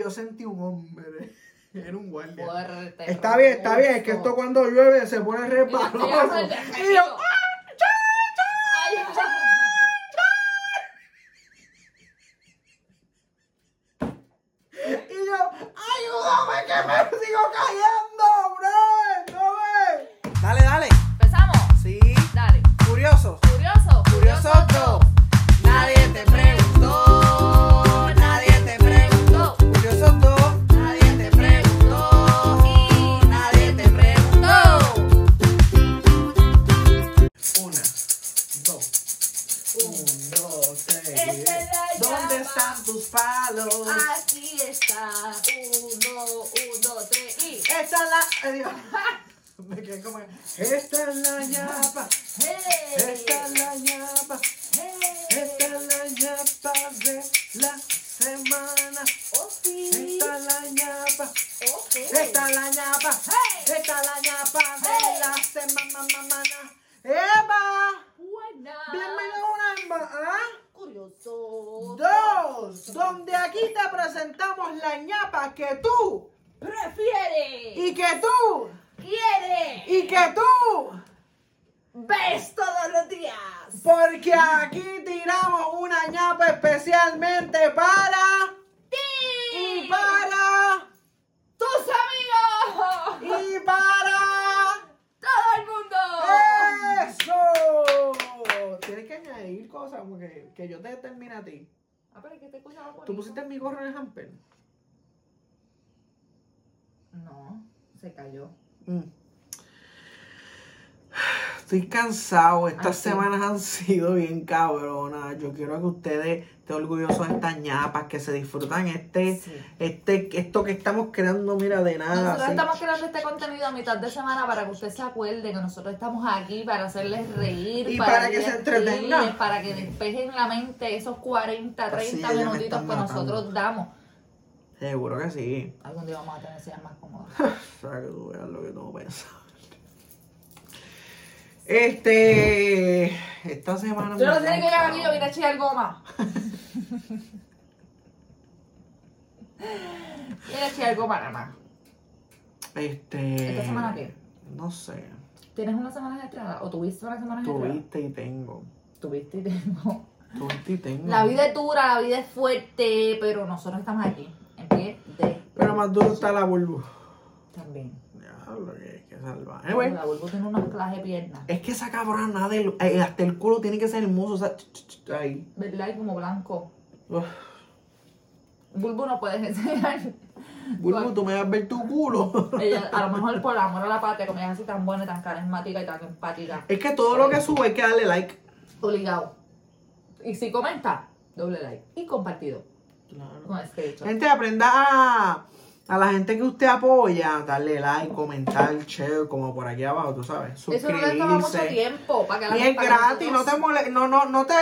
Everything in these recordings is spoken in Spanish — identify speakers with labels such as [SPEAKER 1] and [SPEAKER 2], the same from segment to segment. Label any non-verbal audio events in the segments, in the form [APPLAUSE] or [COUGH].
[SPEAKER 1] Yo sentí un hombre. [LAUGHS] Era un guardia.
[SPEAKER 2] Fuerte.
[SPEAKER 1] Está bien, está bien. Es que
[SPEAKER 2] robusto.
[SPEAKER 1] esto cuando llueve se pone
[SPEAKER 2] [LAUGHS] Mira, estoy
[SPEAKER 1] resbaloso.
[SPEAKER 2] haciendo ejercicio.
[SPEAKER 1] Y yo, ¡ah!
[SPEAKER 2] Ay,
[SPEAKER 1] Y yo, ayúdame que me sigo cayendo, bro. No ves.
[SPEAKER 3] Dale, dale.
[SPEAKER 2] Empezamos.
[SPEAKER 3] Sí.
[SPEAKER 2] Dale.
[SPEAKER 3] Curioso.
[SPEAKER 2] Curioso.
[SPEAKER 3] Curioso
[SPEAKER 2] dos.
[SPEAKER 3] dos. Nadie te preguntó. Nadie te preguntó. Curioso dos. Nadie te preguntó. Y nadie te preguntó.
[SPEAKER 1] Una, dos. Un, dos, tres.
[SPEAKER 2] Esa es Este la
[SPEAKER 1] ¿Dónde
[SPEAKER 2] llama.
[SPEAKER 1] están tus palos?
[SPEAKER 2] Aquí está. Uno, uno, tres y.
[SPEAKER 1] Esta es la. ay, Dios. [LAUGHS] Me quedé como. Esta es la yapa.
[SPEAKER 2] ¡Hey!
[SPEAKER 1] Esta es la yapa. Esta
[SPEAKER 2] ¡Hey!
[SPEAKER 1] es la yapa de la semana.
[SPEAKER 2] ¡Oh, sí!
[SPEAKER 1] Esta es la yapa.
[SPEAKER 2] ¡Oh, sí!
[SPEAKER 1] Esta es la ñapa,
[SPEAKER 2] Hey.
[SPEAKER 1] esta es la ñapa
[SPEAKER 2] Hey.
[SPEAKER 1] de la semana mamana. ¡Eva!
[SPEAKER 2] ¡Buena!
[SPEAKER 1] Bienvenido una vez más. ¿ah?
[SPEAKER 2] ¡Curioso!
[SPEAKER 1] Dos, donde aquí te presentamos la ñapa que tú,
[SPEAKER 2] ¡Prefiere!
[SPEAKER 1] y que tú,
[SPEAKER 2] ¡Quiere!
[SPEAKER 1] y que tú,
[SPEAKER 2] ¡Ves todos los días!
[SPEAKER 1] porque aquí tiramos una ñapa especialmente para,
[SPEAKER 2] ti
[SPEAKER 1] y para,
[SPEAKER 2] tus amigos
[SPEAKER 1] y para.
[SPEAKER 2] todo el mundo
[SPEAKER 1] Eh. ¡Eso! Tienes que añadir cosas porque que yo te determine a ti.
[SPEAKER 2] ah pero es que te escuchaba bonito
[SPEAKER 1] ¿Tú pusiste mi gorro en el hamper?
[SPEAKER 2] no se cayó
[SPEAKER 1] Estoy cansado. Estas
[SPEAKER 2] Ah, sí.
[SPEAKER 1] semanas han sido bien cabronas. Yo quiero que ustedes estén orgullosos de estas ñapas, que se disfrutan este,
[SPEAKER 2] Sí.
[SPEAKER 1] este, esto que estamos creando, mira, de nada.
[SPEAKER 2] nosotros
[SPEAKER 1] así.
[SPEAKER 2] estamos creando este contenido a mitad de semana para que usted se acuerde que nosotros estamos aquí para hacerles reír
[SPEAKER 1] Y para que se
[SPEAKER 2] divertirles,
[SPEAKER 1] entretengan.
[SPEAKER 2] para que despejen la mente esos 40, 30
[SPEAKER 1] Así, ellas me
[SPEAKER 2] minutitos
[SPEAKER 1] están
[SPEAKER 2] que
[SPEAKER 1] matando.
[SPEAKER 2] nosotros damos
[SPEAKER 1] Seguro que sí.
[SPEAKER 2] algún día vamos a tener sillas más cómodas
[SPEAKER 1] O sea, que tú veas lo que tengo pensado. Este. Esta semana.
[SPEAKER 2] tú no
[SPEAKER 1] me
[SPEAKER 2] tienes
[SPEAKER 1] han
[SPEAKER 2] que venir
[SPEAKER 1] estado-
[SPEAKER 2] yo vine a echar goma Vine a echar goma nada más
[SPEAKER 1] Este.
[SPEAKER 2] ¿Esta semana qué?
[SPEAKER 1] No sé.
[SPEAKER 2] ¿Tienes una semana estrenada? ¿O tuviste una semana estrenada?
[SPEAKER 1] Tuviste y tengo.
[SPEAKER 2] Tuviste y tengo.
[SPEAKER 1] Tuviste y tengo.
[SPEAKER 2] La vida es dura, la vida es fuerte, pero nosotros estamos aquí. En pie de.
[SPEAKER 1] Pero más duro está la burbu.
[SPEAKER 2] También.
[SPEAKER 1] Diablo, que, que salvaje.
[SPEAKER 2] Pero
[SPEAKER 1] Anyway,
[SPEAKER 2] La vulva tiene unas clases de piernas.
[SPEAKER 1] es que esa cabrona, nada del- eh, hasta el culo tiene que ser hermoso. O sea, ch- ch- ch- ahí.
[SPEAKER 2] ¿Verdad? Y como blanco.
[SPEAKER 1] Uf.
[SPEAKER 2] Bulbo no puedes enseñar.
[SPEAKER 1] Burbu, tú me vas a ver tu culo. [LAUGHS]
[SPEAKER 2] Ella, a lo mejor por amor a la patria, como ella es así tan buena, y tan carismática y tan empática.
[SPEAKER 1] es que todo lo que sube hay que darle like.
[SPEAKER 2] Obligado. Y si comenta, doble like. Y compartido. Con este screenshot.
[SPEAKER 1] Gente, aprenda a, a la gente que usted apoya, darle like, comentar, che, como por aquí abajo, tú sabes.
[SPEAKER 2] Eso no le toma mucho
[SPEAKER 1] Suscribirse.
[SPEAKER 2] tiempo. Para que la
[SPEAKER 1] Y es
[SPEAKER 2] gente-
[SPEAKER 1] gratis, no te, mole- no, no, no, te,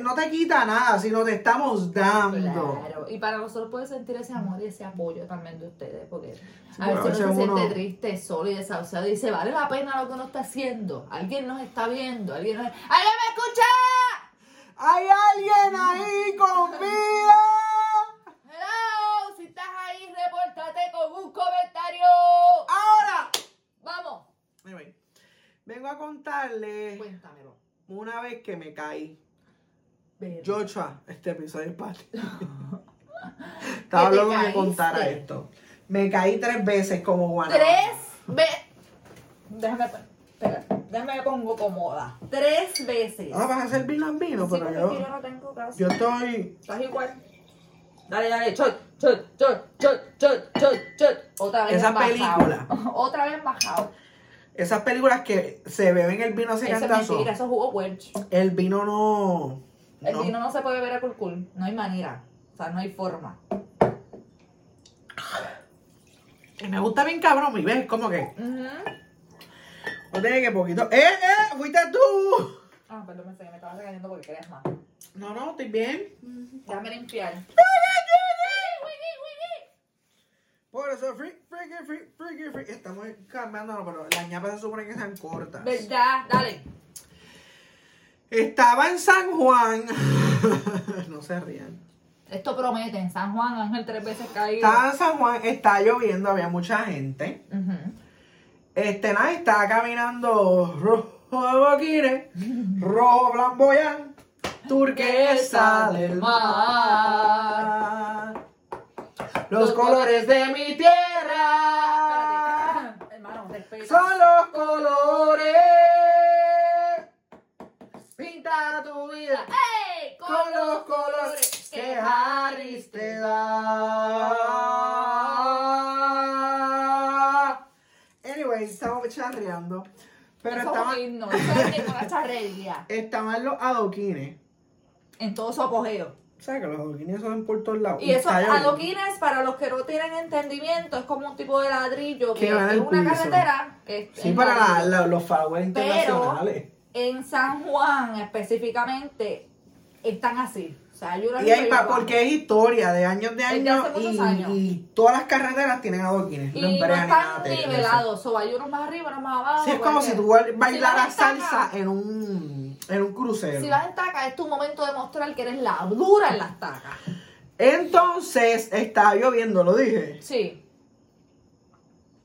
[SPEAKER 1] no te quita nada, sino te estamos dando.
[SPEAKER 2] Claro, y para nosotros puede sentir ese amor y ese apoyo también de ustedes, porque a
[SPEAKER 1] porque a
[SPEAKER 2] veces
[SPEAKER 1] veces
[SPEAKER 2] uno se siente
[SPEAKER 1] uno-
[SPEAKER 2] triste, solo y desahuciado y dice, vale la pena lo que uno está haciendo, alguien nos está viendo, alguien nos... ¡Alguien me escucha!
[SPEAKER 1] ¡Hay alguien ahí con vida!
[SPEAKER 2] ¡Hello! Si estás ahí, repórtate con un comentario.
[SPEAKER 1] ¡Ahora!
[SPEAKER 2] ¡Vamos!
[SPEAKER 1] Anyway, vengo a contarles
[SPEAKER 2] Cuéntamelo.
[SPEAKER 1] una vez que me caí.
[SPEAKER 2] Ver-
[SPEAKER 1] Joshua, este episodio es para
[SPEAKER 2] [LAUGHS]
[SPEAKER 1] ti. Estaba hablando que me
[SPEAKER 2] caíste?
[SPEAKER 1] contara esto. Me caí tres veces como guana.
[SPEAKER 2] Tres veces... Déjame... Espera, déjame me pongo cómoda. Tres veces.
[SPEAKER 1] Ah, vas a hacer vino en vino,
[SPEAKER 2] Sí,
[SPEAKER 1] pero
[SPEAKER 2] porque
[SPEAKER 1] yo,
[SPEAKER 2] yo no tengo caso.
[SPEAKER 1] yo estoy.
[SPEAKER 2] Estás igual. Dale, dale, chot, chot, chot, chot, chot, chot, chot. Otra vez
[SPEAKER 1] Esa
[SPEAKER 2] bajado.
[SPEAKER 1] película.
[SPEAKER 2] [LAUGHS] Otra vez bajado.
[SPEAKER 1] Esas películas que se beben el vino así
[SPEAKER 2] Eso es
[SPEAKER 1] cantazo.
[SPEAKER 2] mentira, eso es jugo Welch.
[SPEAKER 1] El vino no.
[SPEAKER 2] El
[SPEAKER 1] no.
[SPEAKER 2] vino no se puede beber a culcul. No hay manera. O sea, no hay forma.
[SPEAKER 1] Y Me gusta bien cabrón, mi ves, como que.
[SPEAKER 2] Ujú.
[SPEAKER 1] No tiene que poquito. ¡Eh, eh! ¡Fuiste tú!
[SPEAKER 2] Ah, perdón, pensé que me estabas regañando porque querías más.
[SPEAKER 1] No, no, estoy bien.
[SPEAKER 2] Déjame limpiar.
[SPEAKER 1] Por eso, free, freaky, free, freaky, free. Estamos cambiándolo, pero las ñapas se supone que sean cortas.
[SPEAKER 2] ¿Verdad? Dale.
[SPEAKER 1] [LAUGHS] Estaba en San Juan. no se rían.
[SPEAKER 2] Esto promete en San Juan, Ángel tres veces caído.
[SPEAKER 1] Estaba en San Juan, está lloviendo, había mucha gente.
[SPEAKER 2] Ujú.
[SPEAKER 1] Este, nada, estaba caminando rojo de boquines, rojo flamboyán, turquesa del mar. Los colores de mi tierra
[SPEAKER 2] Espérate. [LAUGHS] Hermano, respeta.
[SPEAKER 1] son los colores. Pinta tu vida
[SPEAKER 2] ¡Ey!
[SPEAKER 1] con los colores que Harris te da. Anyway, estamos charreando. Pero
[SPEAKER 2] Eso es un
[SPEAKER 1] estaban,
[SPEAKER 2] himno, eso es ninguna charrería.
[SPEAKER 1] estaban los adoquines.
[SPEAKER 2] En todo su apogeo.
[SPEAKER 1] ¿Sabes que los adoquines son por todos lados?
[SPEAKER 2] Y eso,
[SPEAKER 1] Está lloviendo.
[SPEAKER 2] adoquines, para los que no tienen entendimiento, es como un tipo de ladrillo
[SPEAKER 1] Que
[SPEAKER 2] que
[SPEAKER 1] va en
[SPEAKER 2] es
[SPEAKER 1] el
[SPEAKER 2] una
[SPEAKER 1] piso.
[SPEAKER 2] carretera. que es-
[SPEAKER 1] Sí,
[SPEAKER 2] es
[SPEAKER 1] para la-
[SPEAKER 2] ladrillo.
[SPEAKER 1] la- los favores internacionales.
[SPEAKER 2] En San Juan específicamente están así. O sea, hay una
[SPEAKER 1] y ahí
[SPEAKER 2] arriba
[SPEAKER 1] va,
[SPEAKER 2] abajo.
[SPEAKER 1] porque es historia de años de
[SPEAKER 2] Desde
[SPEAKER 1] años
[SPEAKER 2] hace muchos
[SPEAKER 1] y,
[SPEAKER 2] años.
[SPEAKER 1] y todas las carreteras tienen adoquines.
[SPEAKER 2] Y
[SPEAKER 1] no
[SPEAKER 2] no
[SPEAKER 1] emperean ni nada,
[SPEAKER 2] están
[SPEAKER 1] te- eso.
[SPEAKER 2] nivelados, o hay unos más arriba, unos más abajo.
[SPEAKER 1] Sí, es
[SPEAKER 2] pues,
[SPEAKER 1] como
[SPEAKER 2] que-
[SPEAKER 1] si tú bail- bailaras
[SPEAKER 2] vas en
[SPEAKER 1] salsa
[SPEAKER 2] taca,
[SPEAKER 1] en un, en un crucero.
[SPEAKER 2] Si vas en taca, es tu momento de mostrar que eres la dura en las tacas.
[SPEAKER 1] Entonces, estaba lloviendo, lo dije.
[SPEAKER 2] Sí.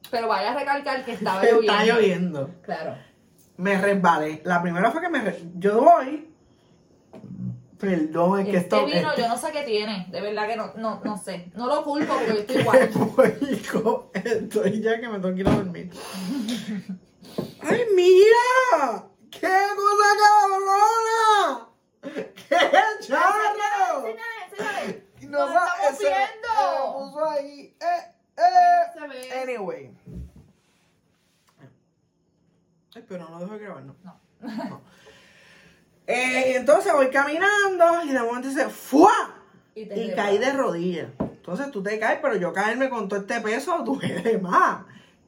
[SPEAKER 2] Pero vaya a recalcar que estaba
[SPEAKER 1] Pero
[SPEAKER 2] lloviendo.
[SPEAKER 1] Está lloviendo.
[SPEAKER 2] Claro.
[SPEAKER 1] Me resbalé. La primera fue que me... re- Yo voy... Perdón, es que
[SPEAKER 2] Este
[SPEAKER 1] esto...
[SPEAKER 2] vino
[SPEAKER 1] este
[SPEAKER 2] yo no sé qué tiene, de verdad que no, no, no sé. No lo culpo porque yo estoy
[SPEAKER 1] [LAUGHS]
[SPEAKER 2] igual.
[SPEAKER 1] puerco, Estoy ya que me tengo que ir a dormir. ¡Ay, mira! ¡Qué cosa cabrona! ¡Qué charro!
[SPEAKER 2] Señores, señores,
[SPEAKER 1] No
[SPEAKER 2] ¡Nos
[SPEAKER 1] sa-
[SPEAKER 2] estamos
[SPEAKER 1] se-
[SPEAKER 2] viendo!
[SPEAKER 1] se me puso ahí. Eh, eh.
[SPEAKER 2] se ve.
[SPEAKER 1] Anyway. Ay, pero no dejo de grabar, ¿no?
[SPEAKER 2] No.
[SPEAKER 1] No. [LAUGHS] Eh, y entonces voy caminando y de momento dice ¡Fua!
[SPEAKER 2] Y
[SPEAKER 1] Y,
[SPEAKER 2] te rebota.
[SPEAKER 1] caí de rodillas. Entonces tú te caes, pero yo caerme con todo este peso duele más.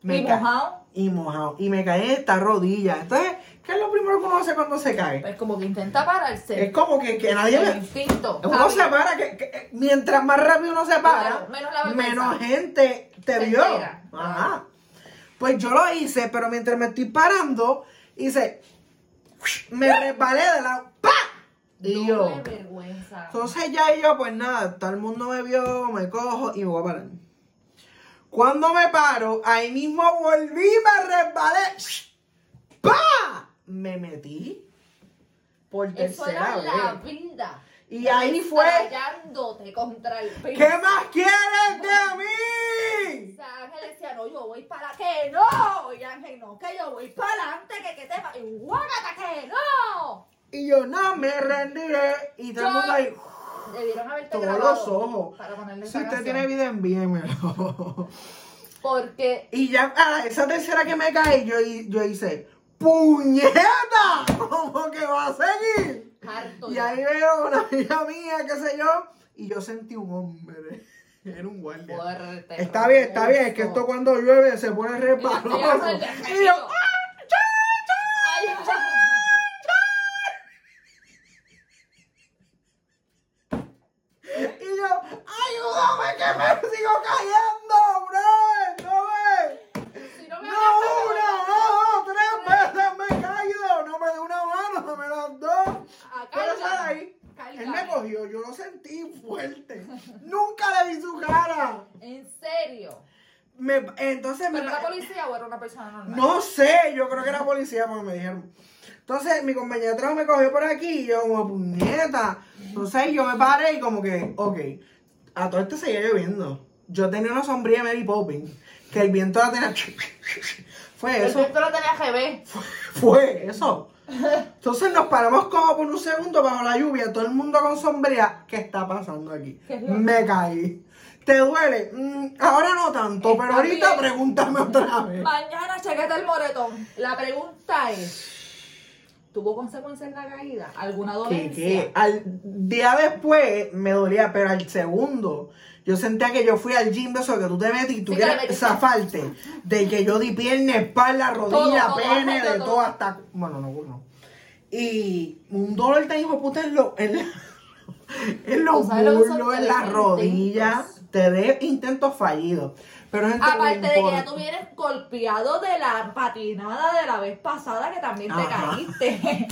[SPEAKER 2] Y
[SPEAKER 1] ca-
[SPEAKER 2] mojado.
[SPEAKER 1] Y mojado. Y me caí en esta rodilla. Entonces, ¿qué es lo primero que uno hace cuando se cae?
[SPEAKER 2] Pues como que intenta pararse.
[SPEAKER 1] Es como que, que nadie
[SPEAKER 2] el
[SPEAKER 1] le...
[SPEAKER 2] instinto.
[SPEAKER 1] Uno
[SPEAKER 2] Javi.
[SPEAKER 1] se para, que, que- mientras más rápido uno se para,
[SPEAKER 2] Claro, menos la vergüenza.
[SPEAKER 1] menos gente te
[SPEAKER 2] Se
[SPEAKER 1] vio.
[SPEAKER 2] entera.
[SPEAKER 1] Ajá. Pues yo lo hice, pero mientras me estoy parando, hice. Me resbalé de la. ¡Pa! Y yo.
[SPEAKER 2] Doble vergüenza.
[SPEAKER 1] Entonces ya y yo, pues nada, todo el mundo me vio, me cojo y me voy a parar. Cuando me paro, ahí mismo volví, me resbalé. ¡Pa! Me metí por
[SPEAKER 2] Eso
[SPEAKER 1] tercera
[SPEAKER 2] era
[SPEAKER 1] vez.
[SPEAKER 2] la vida.
[SPEAKER 1] Y ahí fue-
[SPEAKER 2] Rayándote contra el piso.
[SPEAKER 1] ¿Qué más quieres de mí?
[SPEAKER 2] O sea, Ángel decía, no, yo voy para que no. Y Ángel, no, que yo voy para adelante, que, que te va. Y guácata, que no.
[SPEAKER 1] Y yo no me rendiré. Y todo el mundo ahí,
[SPEAKER 2] Debieron haberte
[SPEAKER 1] todos
[SPEAKER 2] grabado
[SPEAKER 1] los ojos.
[SPEAKER 2] Para ponerle
[SPEAKER 1] Si
[SPEAKER 2] esa
[SPEAKER 1] usted
[SPEAKER 2] canción.
[SPEAKER 1] tiene vida, envíemelo. [LAUGHS]
[SPEAKER 2] Porque
[SPEAKER 1] Y ya, a esa tercera que me caí, yo, hi- yo hice, ¡puñeta! ¿Cómo que va a seguir?
[SPEAKER 2] harto.
[SPEAKER 1] Y
[SPEAKER 2] ya.
[SPEAKER 1] ahí veo una amiga mía, qué sé yo, y yo sentí un hombre. [LAUGHS] Era un guardia.
[SPEAKER 2] Fuerte,
[SPEAKER 1] Está bien, está bien, es que
[SPEAKER 2] hermoso.
[SPEAKER 1] esto cuando llueve se pone
[SPEAKER 2] Y
[SPEAKER 1] resbaloso.
[SPEAKER 2] yo,
[SPEAKER 1] Y yo, ¡ah!
[SPEAKER 2] Ay,
[SPEAKER 1] Y yo, ayúdame que me sigo cayendo, bro. No ves.
[SPEAKER 2] si no
[SPEAKER 1] No,
[SPEAKER 2] me
[SPEAKER 1] una,
[SPEAKER 2] agarras,
[SPEAKER 1] dos, tres veces me he caído. No me dio una mano, no me das dos.
[SPEAKER 2] Acá
[SPEAKER 1] Pero
[SPEAKER 2] ya.
[SPEAKER 1] sale ahí. Él me
[SPEAKER 2] Cálgame.
[SPEAKER 1] cogió, yo lo sentí fuerte. Nunca le vi su cara.
[SPEAKER 2] En serio.
[SPEAKER 1] Me, entonces me.
[SPEAKER 2] ¿Pero era policía o era una persona normal?
[SPEAKER 1] No sé, yo creo que era policía porque me dijeron. Entonces mi compañera de trabajo me cogió por aquí y yo como puñeta. Entonces yo me paré y como que, ok, a todo esto seguía lloviendo. Yo tenía una sombrilla Mary Poppins que el viento la tenía... [LAUGHS] Fue
[SPEAKER 2] Eso.
[SPEAKER 1] eso,
[SPEAKER 2] Esto lo tenía GB.
[SPEAKER 1] fue eso. Entonces nos paramos como por un segundo bajo la lluvia, todo el mundo con sombrilla. ¿Qué está pasando aquí?
[SPEAKER 2] ¿Qué es lo-
[SPEAKER 1] Me caí. ¿Te duele? Mm, ahora no tanto,
[SPEAKER 2] Está
[SPEAKER 1] pero ahorita
[SPEAKER 2] bien.
[SPEAKER 1] pregúntame otra vez.
[SPEAKER 2] Mañana chequete el moretón. La pregunta es: ¿tuvo consecuencias la caída? ¿Alguna
[SPEAKER 1] que,
[SPEAKER 2] dolencia?
[SPEAKER 1] que al día después me dolía, pero al segundo yo sentía que yo fui al gym de eso que tú te metes y tú
[SPEAKER 2] Sí, que le
[SPEAKER 1] quieres
[SPEAKER 2] metiste.
[SPEAKER 1] zafarte de que yo di pierna, espalda, rodilla,
[SPEAKER 2] todo,
[SPEAKER 1] pene,
[SPEAKER 2] todo,
[SPEAKER 1] de
[SPEAKER 2] todo.
[SPEAKER 1] todo hasta bueno, no, no. Y un dolor tan hijo de puta en, lo- en, la- [LAUGHS] en los
[SPEAKER 2] Tú sabes lo que son
[SPEAKER 1] muslos, en
[SPEAKER 2] tener
[SPEAKER 1] las rodillas,
[SPEAKER 2] intentos.
[SPEAKER 1] te de intentos fallidos. Pero gente, no
[SPEAKER 2] Aparte de que ya
[SPEAKER 1] importa.
[SPEAKER 2] tú vienes golpeado de la patinada de la vez pasada que también te
[SPEAKER 1] Ajá. [LAUGHS]
[SPEAKER 2] caíste.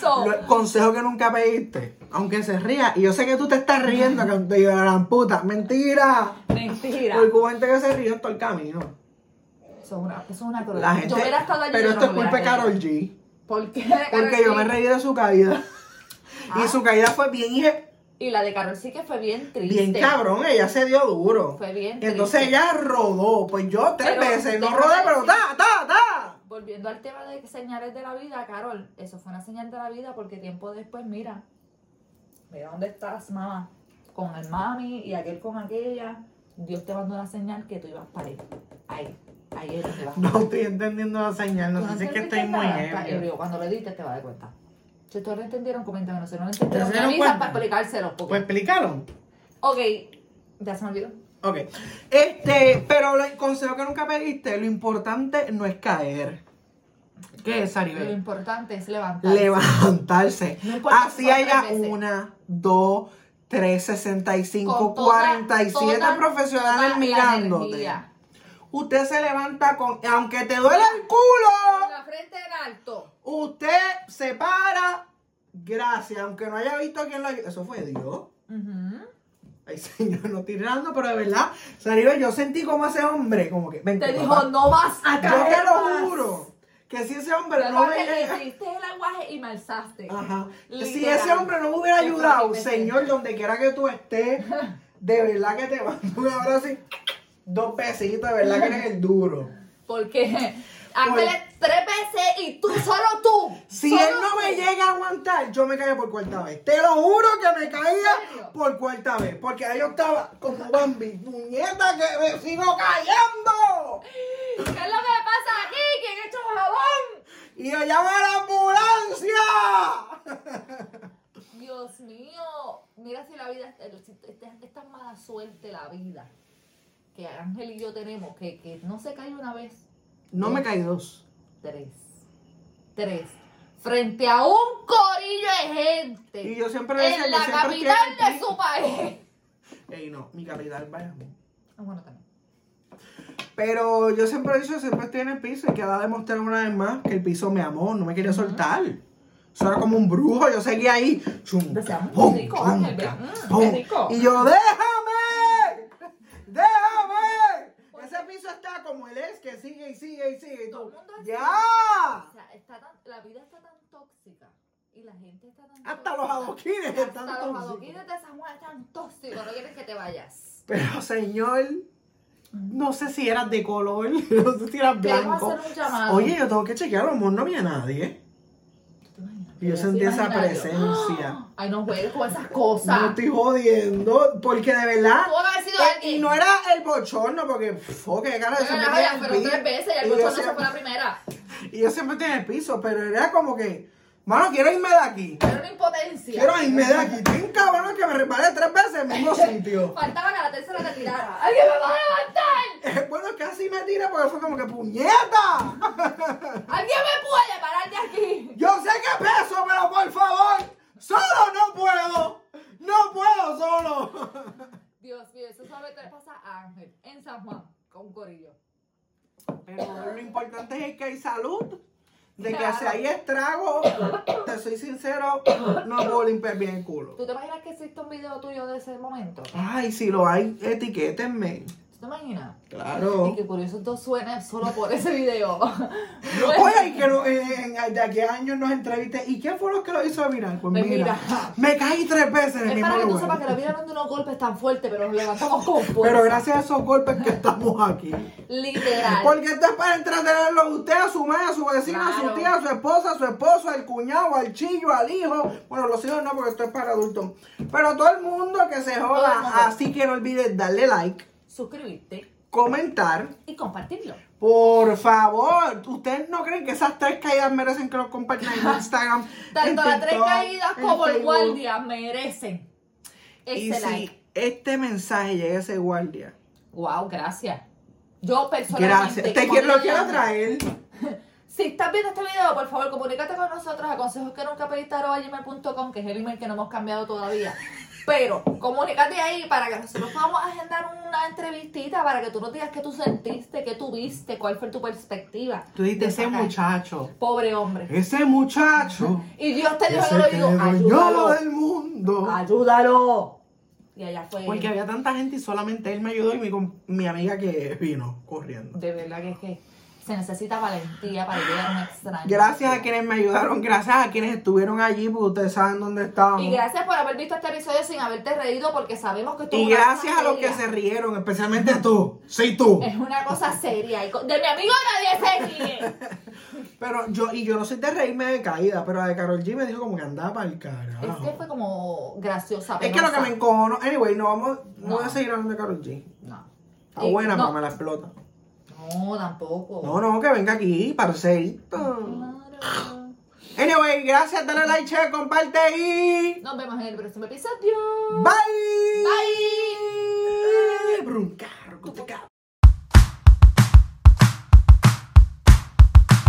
[SPEAKER 2] So,
[SPEAKER 1] Lo- consejo que nunca pediste, aunque se ría. Y yo sé que tú te estás riendo, que te digo, gran puta. Mentira.
[SPEAKER 2] mentira.
[SPEAKER 1] Porque hubo gente que se rió en todo el camino.
[SPEAKER 2] Eso es una, eso es una crueldad.
[SPEAKER 1] La gente,
[SPEAKER 2] yo hubiera estado allí,
[SPEAKER 1] pero
[SPEAKER 2] yo
[SPEAKER 1] esto
[SPEAKER 2] no
[SPEAKER 1] es
[SPEAKER 2] me
[SPEAKER 1] culpa de
[SPEAKER 2] hubiera
[SPEAKER 1] Carol
[SPEAKER 2] reído.
[SPEAKER 1] G.
[SPEAKER 2] ¿Por qué?
[SPEAKER 1] Porque
[SPEAKER 2] Karol
[SPEAKER 1] yo me
[SPEAKER 2] G?
[SPEAKER 1] reí de su
[SPEAKER 2] [LAUGHS]
[SPEAKER 1] caída.
[SPEAKER 2] Ah.
[SPEAKER 1] Y su caída fue bien, hije-
[SPEAKER 2] Y la de Carol sí que fue bien triste.
[SPEAKER 1] bien cabrón. Ella se dio duro.
[SPEAKER 2] Fue bien
[SPEAKER 1] Y entonces
[SPEAKER 2] triste.
[SPEAKER 1] ella rodó. Pues yo tres
[SPEAKER 2] Pero,
[SPEAKER 1] veces. No
[SPEAKER 2] déjame
[SPEAKER 1] rodé, pero
[SPEAKER 2] decir-
[SPEAKER 1] ta, ta, ta.
[SPEAKER 2] Volviendo al tema de señales de la vida, Carol, eso fue una señal de la vida porque tiempo después, mira, mira dónde estás, mamá, con el mami y aquel con aquella. Dios te mandó una señal que tú ibas para ahí. Ahí, ahí es donde vas.
[SPEAKER 1] No estoy entendiendo la señal. No
[SPEAKER 2] Tú
[SPEAKER 1] sé si es que
[SPEAKER 2] entendiste
[SPEAKER 1] estoy muy
[SPEAKER 2] nada, está
[SPEAKER 1] ebrio.
[SPEAKER 2] ebrio. Cuando lo edite te va a dar cuenta. Si ustedes lo entendieron, coméntamelo. Si no lo entendieron,
[SPEAKER 1] ¿Se
[SPEAKER 2] me
[SPEAKER 1] dieron
[SPEAKER 2] avisan
[SPEAKER 1] cuenta?
[SPEAKER 2] para explicárselo. porque-
[SPEAKER 1] Pues explícalo.
[SPEAKER 2] ok, ya se me olvidó.
[SPEAKER 1] Ok. Este, pero el consejo que nunca pediste, lo importante no es caer. ¿Qué es,
[SPEAKER 2] Lo
[SPEAKER 1] Saribel?
[SPEAKER 2] importante es levantarse.
[SPEAKER 1] Levantarse.
[SPEAKER 2] No importa
[SPEAKER 1] Así
[SPEAKER 2] cuántas
[SPEAKER 1] haya
[SPEAKER 2] veces.
[SPEAKER 1] una, dos, tres, sesenta y cinco,
[SPEAKER 2] Con toda-
[SPEAKER 1] cuarenta y siete
[SPEAKER 2] toda- toda
[SPEAKER 1] profesionales
[SPEAKER 2] la
[SPEAKER 1] mirándote.
[SPEAKER 2] energía.
[SPEAKER 1] Usted se levanta con, aunque te duele el culo,
[SPEAKER 2] Con la frente en alto.
[SPEAKER 1] usted se para. Gracias, aunque no haya visto quién lo ayudó. Eso fue Dios. Ay, [LAUGHS] señor, no tirando, pero de verdad, Saribel, yo sentí como ese hombre, como que, ven,
[SPEAKER 2] Te
[SPEAKER 1] papá.
[SPEAKER 2] dijo, no vas a
[SPEAKER 1] Yo
[SPEAKER 2] caer
[SPEAKER 1] te
[SPEAKER 2] más".
[SPEAKER 1] lo juro. Que si ese hombre
[SPEAKER 2] Pero
[SPEAKER 1] no
[SPEAKER 2] que
[SPEAKER 1] me.
[SPEAKER 2] le hiciste el aguaje y me alzaste.
[SPEAKER 1] Ajá. Si
[SPEAKER 2] Literal.
[SPEAKER 1] ese hombre no me hubiera
[SPEAKER 2] Eso es lo que
[SPEAKER 1] ayudado,
[SPEAKER 2] me
[SPEAKER 1] señor, donde quiera que tú estés, de verdad que te mando un abrazo y dos besitos, de verdad que eres el duro.
[SPEAKER 2] Porque Ángeles tres veces y tú, solo tú.
[SPEAKER 1] Si
[SPEAKER 2] solo
[SPEAKER 1] él no me
[SPEAKER 2] tú.
[SPEAKER 1] llega a aguantar, yo me caía por cuarta vez. Te lo juro que me caía
[SPEAKER 2] serio?
[SPEAKER 1] por cuarta vez. Porque ahí yo estaba como Bambi, muñeca que me sigo cayendo.
[SPEAKER 2] ¿Qué es lo que pasa aquí? ¿Quién echó jabón?
[SPEAKER 1] Y yo llamo a la ambulancia.
[SPEAKER 2] Dios mío. Mira si la vida, si esta, esta mala suerte, la vida que Ángel y yo tenemos, que, que no se cae una vez.
[SPEAKER 1] No me caí dos.
[SPEAKER 2] Tres. Tres. Frente a un corillo de gente.
[SPEAKER 1] Y yo siempre decía,
[SPEAKER 2] En
[SPEAKER 1] yo
[SPEAKER 2] la
[SPEAKER 1] siempre
[SPEAKER 2] capital
[SPEAKER 1] quiero el
[SPEAKER 2] de su país.
[SPEAKER 1] Ey, no, mi capital Bayamón.
[SPEAKER 2] Ah, bueno, también.
[SPEAKER 1] Pero yo siempre he dicho, siempre estoy en el piso y queda demostrar una vez más que el piso me amó, no me quería soltar. Eso era como un brujo, yo seguía ahí. Chunca,
[SPEAKER 2] Deseamos
[SPEAKER 1] pum,
[SPEAKER 2] rico,
[SPEAKER 1] chunca,
[SPEAKER 2] Ángel, ¿verdad? Mm,
[SPEAKER 1] pum.
[SPEAKER 2] qué rico.
[SPEAKER 1] Y yo, ¡déjame! ¡Déjame! Ese piso está como él es, que sigue y sigue y sigue. Y
[SPEAKER 2] Todo
[SPEAKER 1] tú,
[SPEAKER 2] el mundo así.
[SPEAKER 1] ¡Ya!
[SPEAKER 2] O sea, está tan- la vida está tan tóxica y la gente está tan
[SPEAKER 1] Hasta los
[SPEAKER 2] tóxica.
[SPEAKER 1] adoquines
[SPEAKER 2] Hasta
[SPEAKER 1] están
[SPEAKER 2] los
[SPEAKER 1] tóxicos.
[SPEAKER 2] adoquines de San Juan están tóxicos, no quieren que te vayas.
[SPEAKER 1] Pero señor, no sé si eras de color, [LAUGHS] no sé si eras
[SPEAKER 2] Queremos
[SPEAKER 1] blanco.
[SPEAKER 2] Mm. hacer un llamado.
[SPEAKER 1] Oye, yo tengo que chequear, a lo mejor no había nadie.
[SPEAKER 2] ¿Tú te imaginas?
[SPEAKER 1] Yo
[SPEAKER 2] Ese
[SPEAKER 1] sentí esa
[SPEAKER 2] imaginario.
[SPEAKER 1] presencia.
[SPEAKER 2] [GASPS] Ay, no juegues con esas
[SPEAKER 1] No
[SPEAKER 2] cosas.
[SPEAKER 1] estoy jodiendo, porque de verdad.
[SPEAKER 2] Pudo haber sido
[SPEAKER 1] eh,
[SPEAKER 2] alguien.
[SPEAKER 1] y no era el bochorno, porque fue que cara
[SPEAKER 2] No,
[SPEAKER 1] de
[SPEAKER 2] no, no, ya, pero tres veces, ya el
[SPEAKER 1] y, yo
[SPEAKER 2] colchón no se fue
[SPEAKER 1] siempre,
[SPEAKER 2] la primera.
[SPEAKER 1] y yo siempre estoy en el piso, pero era como que, mano, quiero irme de aquí.
[SPEAKER 2] Era una impotencia.
[SPEAKER 1] Quiero irme de aquí. Tengo un cabrón que me reparé tres veces en el
[SPEAKER 2] [LAUGHS]
[SPEAKER 1] mismo sitio.
[SPEAKER 2] Faltaba que a la tercera te tirara. ¡Alguien me va a levantar!
[SPEAKER 1] Eh, Bueno, casi me tira porque fue como que puñeta.
[SPEAKER 2] ¡Alguien me puede parar de aquí!
[SPEAKER 1] Yo sé que peso, pero por favor, solo no puedo. No puedo solo.
[SPEAKER 2] Dios mío, eso solamente le pasa a Ángel en San Juan con un corillo.
[SPEAKER 1] Pero lo importante es que hay salud. De que
[SPEAKER 2] Claro.
[SPEAKER 1] si hay estrago, te soy sincero, no puedo limpiar bien el culo.
[SPEAKER 2] ¿Tú te imaginas que existe un video tuyo de ese momento?
[SPEAKER 1] Ay, si lo hay, etiquétenme.
[SPEAKER 2] ¿Tú te imaginas? Y
[SPEAKER 1] Claro.
[SPEAKER 2] que por eso esto suena solo por ese
[SPEAKER 1] [LAUGHS]
[SPEAKER 2] video. Bueno,
[SPEAKER 1] Oye, y que no- eh, eh, de aquí a años nos entreviste. ¿Y quién fue los que lo hizo viral? Pues
[SPEAKER 2] Pues
[SPEAKER 1] mira,
[SPEAKER 2] mira.
[SPEAKER 1] me caí tres veces en el
[SPEAKER 2] es
[SPEAKER 1] mismo
[SPEAKER 2] para que tú
[SPEAKER 1] lugar.
[SPEAKER 2] sepas que la vida no es de unos golpes tan fuertes, pero nos levantamos con fuerza.
[SPEAKER 1] Pero gracias a esos golpes que estamos aquí.
[SPEAKER 2] Literal.
[SPEAKER 1] Porque esto es para entretenerlo a usted, a su madre, a su vecina, a
[SPEAKER 2] Claro.
[SPEAKER 1] su tía, a su esposa, a su esposo, al cuñado, al chillo, al hijo. Bueno, los hijos no, porque esto es para adultos. Pero a todo el mundo que se
[SPEAKER 2] Todo el mundo.
[SPEAKER 1] joda. Así que no olvides darle like,
[SPEAKER 2] Suscribirte
[SPEAKER 1] comentar.
[SPEAKER 2] y compartirlo.
[SPEAKER 1] Por favor, ¿ustedes no creen que esas tres caídas merecen que los compartan
[SPEAKER 2] [LAUGHS]
[SPEAKER 1] en Instagram? en
[SPEAKER 2] Tanto las tres
[SPEAKER 1] TikTok,
[SPEAKER 2] caídas
[SPEAKER 1] en
[SPEAKER 2] como el
[SPEAKER 1] Facebook?
[SPEAKER 2] guardia merecen
[SPEAKER 1] Y
[SPEAKER 2] ese
[SPEAKER 1] si
[SPEAKER 2] like.
[SPEAKER 1] este mensaje llega a ese guardia,
[SPEAKER 2] Wow, gracias. Yo personalmente.
[SPEAKER 1] gracias. Te quiero, lo
[SPEAKER 2] cuando-
[SPEAKER 1] quiero traer.
[SPEAKER 2] Si estás viendo este video, por favor, comunícate con nosotros a consejos que nunca pediste que es el email que no hemos cambiado todavía. Pero comunícate ahí para que nosotros podamos agendar una entrevistita para que tú nos digas qué tú sentiste, qué tú viste, cuál fue tu perspectiva.
[SPEAKER 1] Tú dijiste
[SPEAKER 2] de
[SPEAKER 1] ese
[SPEAKER 2] sacar-
[SPEAKER 1] muchacho.
[SPEAKER 2] Pobre hombre.
[SPEAKER 1] Ese muchacho.
[SPEAKER 2] Y Dios te dijo
[SPEAKER 1] Es
[SPEAKER 2] en el
[SPEAKER 1] el que
[SPEAKER 2] oído,
[SPEAKER 1] doñó
[SPEAKER 2] ayúdalo,
[SPEAKER 1] del mundo.
[SPEAKER 2] ayúdalo. Y allá fue.
[SPEAKER 1] Porque había tanta gente y solamente él me ayudó y mi, com- mi amiga que vino corriendo.
[SPEAKER 2] De verdad que es que se necesita valentía para ayudar a un extraño.
[SPEAKER 1] Gracias a quienes me ayudaron, gracias a quienes estuvieron allí, porque ustedes saben dónde estábamos.
[SPEAKER 2] Y gracias por haber visto este episodio sin haberte reído porque sabemos que esto es
[SPEAKER 1] Y
[SPEAKER 2] una
[SPEAKER 1] gracias
[SPEAKER 2] cosa
[SPEAKER 1] a los que se
[SPEAKER 2] seria.
[SPEAKER 1] rieron, especialmente tú. Sí,
[SPEAKER 2] [LAUGHS]
[SPEAKER 1] tú.
[SPEAKER 2] Es una cosa seria. y co- De mi amigo nadie
[SPEAKER 1] [LAUGHS]
[SPEAKER 2] se ríe.
[SPEAKER 1] Pero yo, y yo no soy de reírme de caída, pero la de Carol G me dijo como que andaba para el
[SPEAKER 2] Es
[SPEAKER 1] carajo.
[SPEAKER 2] que fue como graciosa.
[SPEAKER 1] Es que lo que
[SPEAKER 2] penosa.
[SPEAKER 1] me encojono, anyway, no vamos, no,
[SPEAKER 2] No.
[SPEAKER 1] voy a seguir hablando de Carol G.
[SPEAKER 2] No.
[SPEAKER 1] Está
[SPEAKER 2] Y-
[SPEAKER 1] buena,
[SPEAKER 2] no,
[SPEAKER 1] pero me la explota.
[SPEAKER 2] No, tampoco.
[SPEAKER 1] No, no, que venga aquí, parcerito.
[SPEAKER 2] Claro.
[SPEAKER 1] Anyway, gracias, dale like, share, comparte y.
[SPEAKER 2] Nos vemos en el próximo episodio.
[SPEAKER 1] Bye.
[SPEAKER 2] Bye.
[SPEAKER 1] Bruncar, cutucar.